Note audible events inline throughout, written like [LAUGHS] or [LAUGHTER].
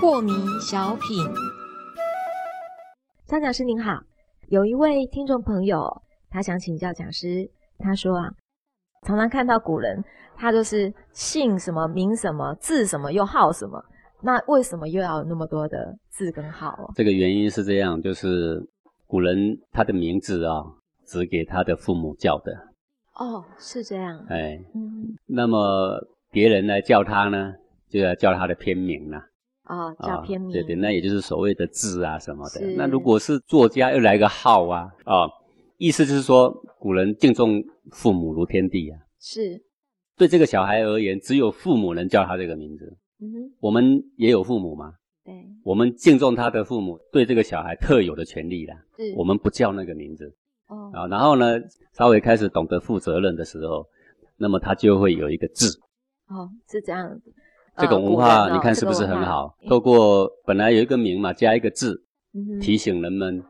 破迷小品，张讲师您好，有一位听众朋友，他想请教讲师，他说啊，常常看到古人，他就是姓什么名什么字什么又号什么，那为什么又要有那么多的字跟号哦？这个原因是这样，就是古人他的名字啊，只给他的父母叫的，哦，是这样，哎，嗯，那么别人来叫他呢，就要叫他的偏名了、哦，啊，叫偏名，对对，那也就是所谓的字啊什么的是。那如果是作家，又来个号啊，啊，意思就是说古人敬重父母如天地啊。是，对这个小孩而言，只有父母能叫他这个名字。嗯哼，我们也有父母嘛，对，我们敬重他的父母对这个小孩特有的权利啦。是，我们不叫那个名字哦，啊。然后呢，稍微开始懂得负责任的时候，那么他就会有一个字。哦，是这样子，这呃种文古人化哦你看这是个不是文很化好？嗯透过本来有一个名嘛，加一个字，嗯哼提醒人们，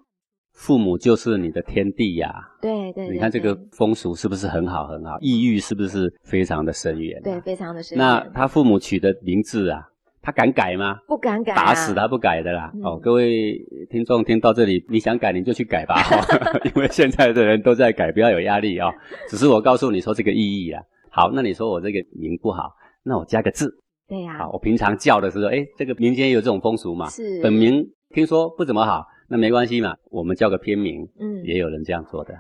父母就是你的天地呀、对对，你对看这个对风俗是不是很好很好？意蕴是不是非常的深远、啊对，非常的深那远他父母取的名字啊，他敢改吗？不敢改、啊，打死他不改的啦！嗯哦，各位听众听到这里，你想改你就去 [LAUGHS] 改吧，哦、 [LAUGHS] 因为现在的人都在改，不要有压力哦。只是我告诉你说这个意义啦。啊好，那你说我这个名不好，那我加个字。对呀、好，我平常叫的时候，哎，这个民间也有这种风俗嘛。嗯是本名听说不怎么好，那没关系嘛，我们叫个偏名，嗯也有人这样做的。